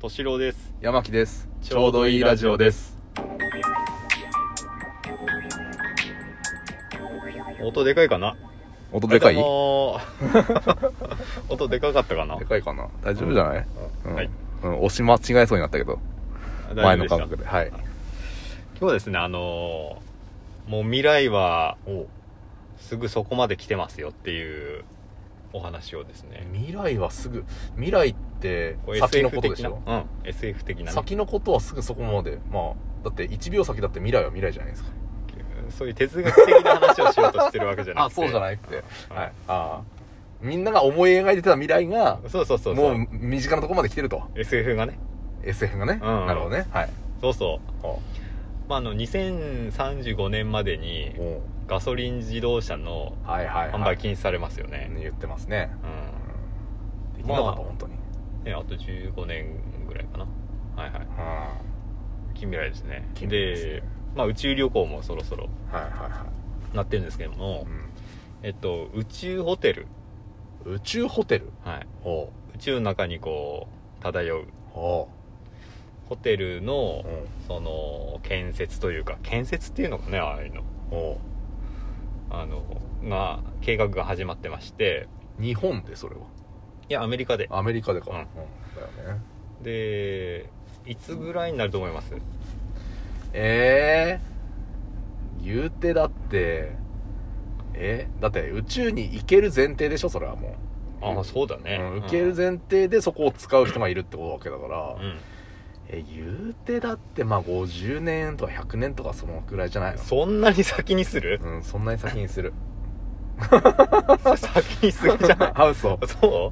敏郎です山木ですちょうどいいラジオです音でかいかな音でかいあのー 音でかかったかなでかいかな大丈夫じゃない、ううんんはいうん押し間違えそうになったけど前の感覚ではい今日はですねあのーもう未来はすぐそこまで来てますよっていうお話をですね未来はすぐ未来ってこう先の SF ことで的しなょ、うん SF 的なね、先のことはすぐそこまでまあだって1秒先だって未来は未来じゃないですかそういう哲学的な話をしようとしてるわけじゃなくて あそうじゃないって、うんはいああみんなが思い描いてた未来がそうそうそうそもうう身近なところまで来てると SF がね SF がね、うんなるほどねはいそうそうおまあ、あの2035年までにおガソリン自動車のはいはい、販は売い、禁止されますよね、言ってますね、うん、できなかまあった本当に、うんねあと15年ぐらいかなはいはいうん、は近未来ですね近未来ですねでまあ、宇宙旅行もそろそろいはいはなってるんですけども、い、えっと、宇宙ホテル、うん、宇宙ホテルはい、ほ宇宙の中にこう漂ううほホテルのううんその建設というか建設っていうのかねああいうのほあのが計画が始まってましてう日本でそれはいやアメリカでアメリカでか、うんうんだよねでいつぐらいになると思いますええー、言うてだってえだって宇宙に行ける前提でしょそれはもうああそうだうね、ん、受ける前提でそこを使う人がいるってことわけだから、うえ言うてだってまあ50年とか100年とかそのくらいじゃないん、のそんなに先にするうん、そんなに先にする先にする じゃないハウスをそ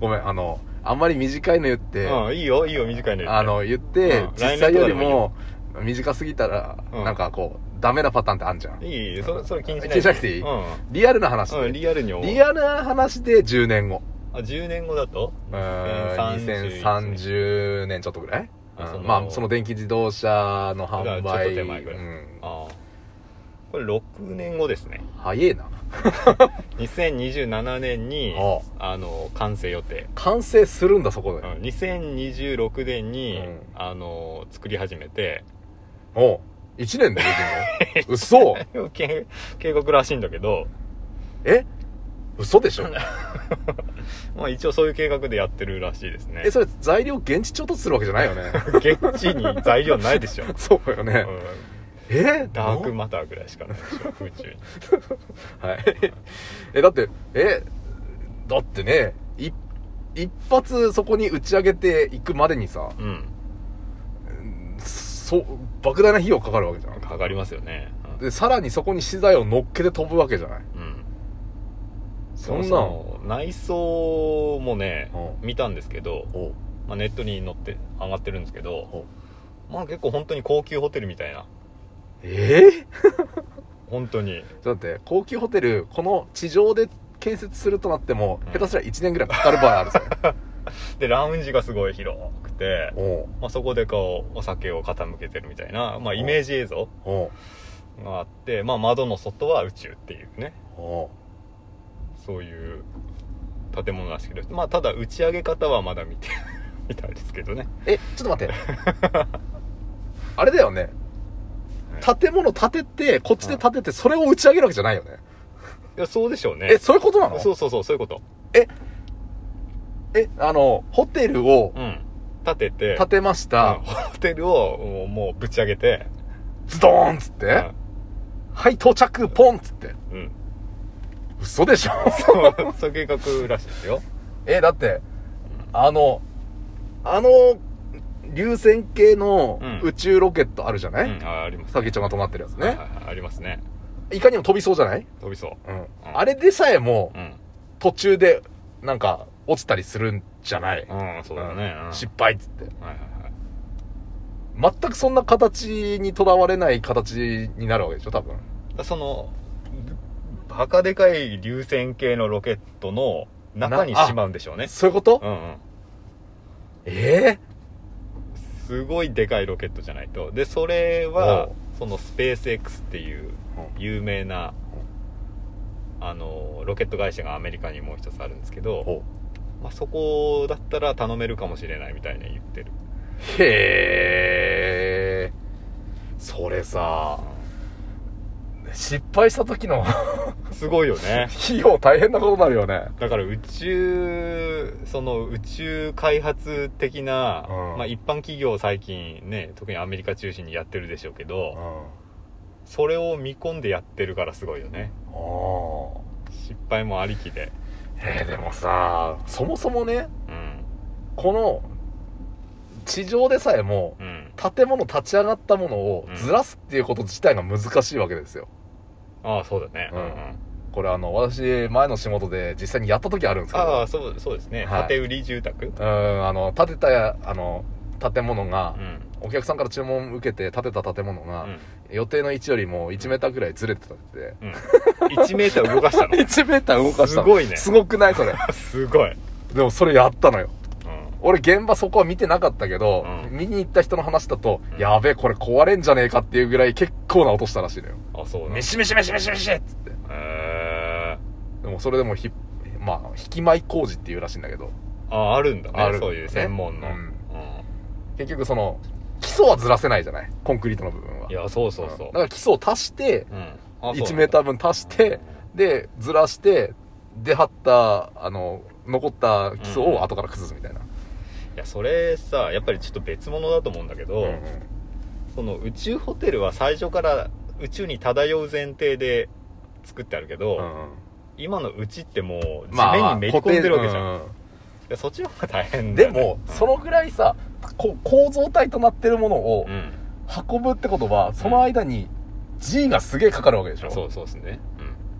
ごめんあのあんまり短いの言っう、て、うん、いいよいいよ短いのよあの言って、うん実際よ来年とかでりもいいよも短すぎたら、うんなんかこうダメなパターンってあんじゃんいいいいそれそれ気にしない気にしなくていいうんリアルな話で、うん、リアルに思うリアルな話で10年後あ10年後だとうーん2031 2030年ちょっとぐらい、あそうんのまあその電気自動車の販だからちょっ売と手前ぐらいうん、ああこれ6年後ですね早えな2027年にああの完成予定、完成するんだそこうで、ん、2026年に、うんあの作り始めて おう1年でできるの嘘計計画らしいんだけど、え嘘 でしょまあ、一応そういう計画でやってるらしいですねえそれ材料現地調達するわけじゃないよ ね現地に材料ないで しょ、うそうよね、んえダークなマターぐらいしかないでしょ宇宙にはいえだってえだってねい一発そこに打ち上げていくまでにさうんそう莫大な費用かかるわけじゃんかかりますよねでさらにそこに資材を乗っけて飛ぶわけじゃないうん、うん、そんなそのの内装もねう見たんですけど、おまあ、ネットに載って上がってるんですけほどまあ結構本当に高級ホテルみたいなええ本当にだって高級ホテルこの地上で建設するとなっても、うん下手すら1年ぐらいかかる場合 あるぜでラウンジがすごい広くて、おうまあ、そこでこうお酒を傾けてるみたいな、まあ、イメージ映像おうがあって、まあ、窓の外は宇宙っていうねおうそういう建物らしいけど、まあ、ただ打ち上げ方はまだ見て みたいですけどねえちょっと待ってあれだよね建物建ててこっちで建ててそれを打ち上げるわけじゃないよねいやそうでしょうねえそういうことなのそうそうそうそういうことえあのホテルをうん建てて建てましうたん、ホテルをもうもうぶち上げてズドーンっつって、はい到着ポンっつってうん、うん 嘘でしょそうそういう計画らしいですよえだってあのあの流線形のうん宇宙ロケットあるじゃなうい、んあありますサギちゃんが止まってるやつはいねは、いはいありますねいかにも飛びそうじゃない、飛びそううん、あれでさえもうん途中でなんか落ちたりするんじゃない、うんそうだね、うん失敗っつってはいはいはい全くそんな形にとらわれない形になるわけでしょ多分だそのバカでかい流線形のロケットの中になあしまうんでしょうねそういうこと、うんうんええすごいでかいロケットじゃないとでそれはおうそのスペース X っていう有名なあのロケット会社がアメリカにもう一つあるんですけどまあ、そこだったら頼めるかもしれないみたいに言ってる、へえそれさ失敗した時の うんすごいよね費用大変なことになるよね だから宇宙その宇宙開発的な、うんまあ、一般企業最近ね特にアメリカ中心にやってるでしょうけど、うんあそれを見込んでやってるからすごいよねあ失敗もありきでえーでもさそもそもねうんこの地上でさえもうん建物立ち上がったものをうんずらすっていうこと自体が難しいわけですよああそうだねうんこれあの私前の仕事で実際にやった時あるんですけどああそうそうですね、はい建売り住宅うんあの建てたあの建物がう、んお客さんから注文受けて建てた建物うが、ん予定の位置よりも1メーターぐらいずれてたってうん1メーター動かしたの1メーター動かしたのすごいねすごくないそれ すごい、うん、でもそれやったのよ俺現場そこは見てなかったけど、う見に行った人の話だと、うんやべえこれ壊れんじゃねえかっていうぐらい結構な音したらしいのよあそうなんだミシミシミシミシミシっつってへえでもそれでもひまあ引き舞い工事っていうらしいんだけどああるんだねあるんだそねういう専門の、うんうん結局その基礎はずらせないじゃないコンクリートの部分はいやそうそうそうんだから基礎を足してうんあそうなんだ1メーター分足してでずらして出張ったあの残った基礎を後から崩すみたいな、いやそれさやっぱりちょっと別物だと思うんだけど、うんその宇宙ホテルは最初から宇宙に漂う前提で作ってあるけど、うん今のうちってもう地まあ面にめり込んでるわけじゃん、固定いやそっちの方が大う変んだでよね、も、うんそのぐらいさこう構造体となってるものをうん運ぶってことはその間に G がすげえかかるわけでしょ、そうそうですね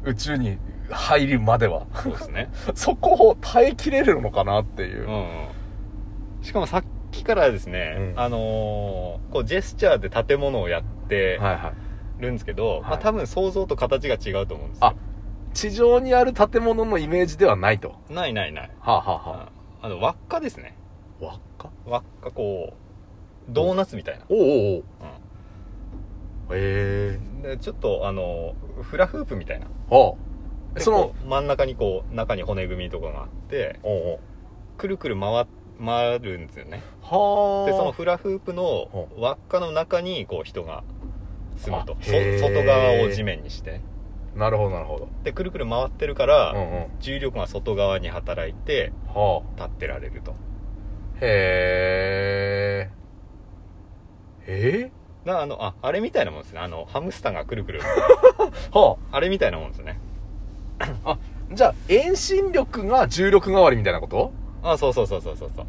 うん宇宙に入るまでは そうですねそこを耐えきれるのかなっていうう、ん、うん、しかもさっきからですね、うんあのーこうジェスチャーで建物をやってはいはいるんですけど、まはあ、い多分想像と形が違うと思うんですあよ地上にある建物のイメージではないとはないないない、あ、はあうんあの輪っかですねあ、輪っか輪っかこうドーナツみたいな、おうおうおうへうえんでちょっとあのフラフープみたいなはあでそのこう真ん中にこう中に骨組みとかがあっておうくるくる回回るんですよねおうはあでそのフラフープの輪っかの中にこう人が住むとあそへー外側を地面にしてなるほどなるほどでくるくる回ってるから、うんうん重力が外側に働いては立ってられるとあへええなあのああれみたいなもんですねあのハムスターがくる くるはあれみたいなもんですねあじゃあ遠心力が重力代わりみたいなことあそうそうそうそうそうそう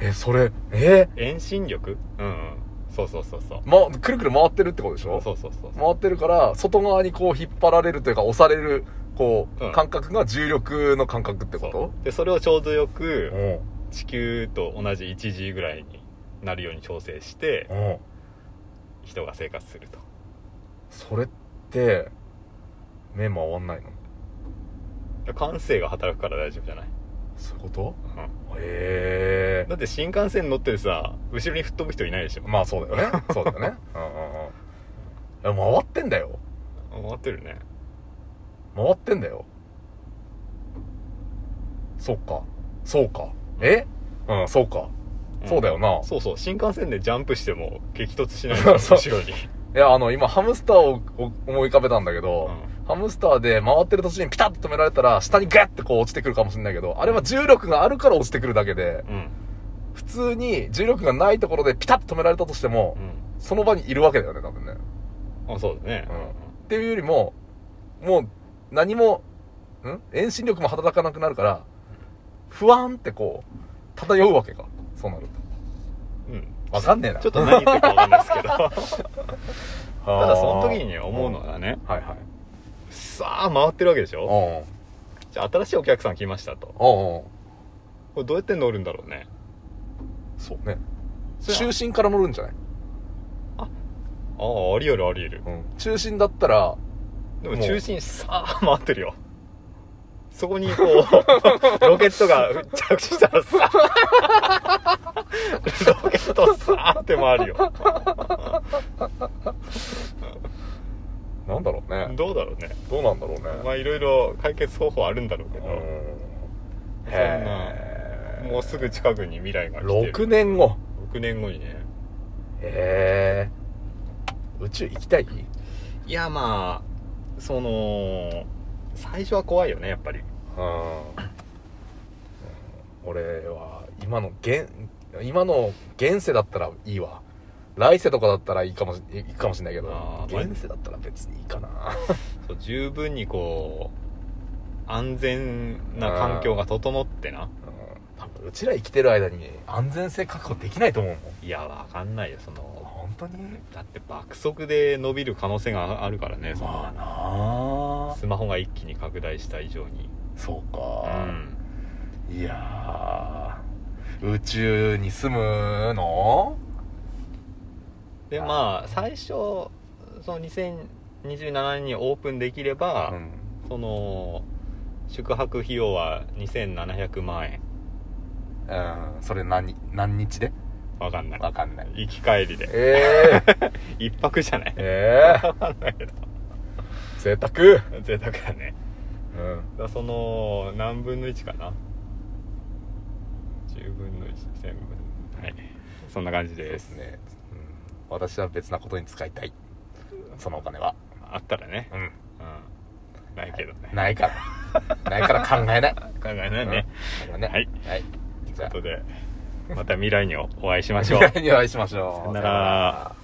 えそれえ遠心力うんうんそうそうそうそうまくるくる回ってるってことでしそうょそうそうそう回ってるから外側にこう引っ張られるというか押されるこう、うん感覚が重力の感覚ってこそとうでそれをちょうどようくん地球と同じ1 g ぐらいになるように調整してうん人が生活するとそれって目回んないので感性が働くから大丈夫じゃない、そういうことうんへえだって新幹線乗ってさ後ろに吹っ飛ぶ人いないでしょ、まあそうだよ ねそうだよねうんうんうんいや回ってんだよ回ってるね回ってんだよそっかそうかえうんそうかんそうだよなそうそう新幹線でジャンプしても激突しない そう後ろに、いやあの今ハムスターをを思い浮かべたんだけど、うハムスターで回ってる途中にピタッと止められたら下にガッてこう落ちてくるかもしれないけどあれは重力があるから落ちてくるだけでんうん普通に重力がないところでピタッと止められたとしても、その場にいるわけだよね多分ねうんあそうだね、うんっていうよりも、もう何も、ん遠心力も働かなくなるから、不安ってこう、漂うわけか。そうなるうんと。わかんねえな。ちょっと何言ってるかわかんないです けどたただその時に思うのがね、はいはい。さあ回ってるわけでしょおうん。じゃあ新しいお客さん来ましたとおうん。これどうやって乗るんだろうねそうね。それ中心から乗るんじゃないああありえるありえるうん。中心だったら、でももう中心さあ回ってるよそこにこ うロケットが着地したらさあロケットさあって回るよなんだろうね。どうだろうねどうなんだろうね。まあいろいろ解決方法あるんだろうけどうんそんなへもうすぐ近くに未来が来てる6年後6年後にねへえ宇宙行きたいいやまあその最初は怖いよねやっぱりうん俺は今の現今の現世だったらいいわ来世とかだったらいいかもしいいかもしれないけどあー現世だったら別にいいかなそう十分にこう安全な環境が整ってなうん多分うちら生きてる間に安全性確保できないと思うもんいやわかんないよその本当にだって爆速で伸びる可能性があるからねそのまあなあスマホが一気に拡大した以上にそううか、んいやー宇宙に住むのでまあ最初その2027年にオープンできれば、うんその宿泊費用は2700万円うんそれ何何日でわかんないわかんない行き帰りでええ 一泊じゃないええわかんないけど 贅沢贅沢だねうんだからその何分の1かな10分の1000分はいそんな感じそうでですすね、うん、私は別なことに使いたいそのお金はあったらねうんうんないけどねないからないから考えない考えないね、うん考えないはい、はい、じといゃうあことでまた未来にお会いしましょう 未来にお会いしましょうさよなら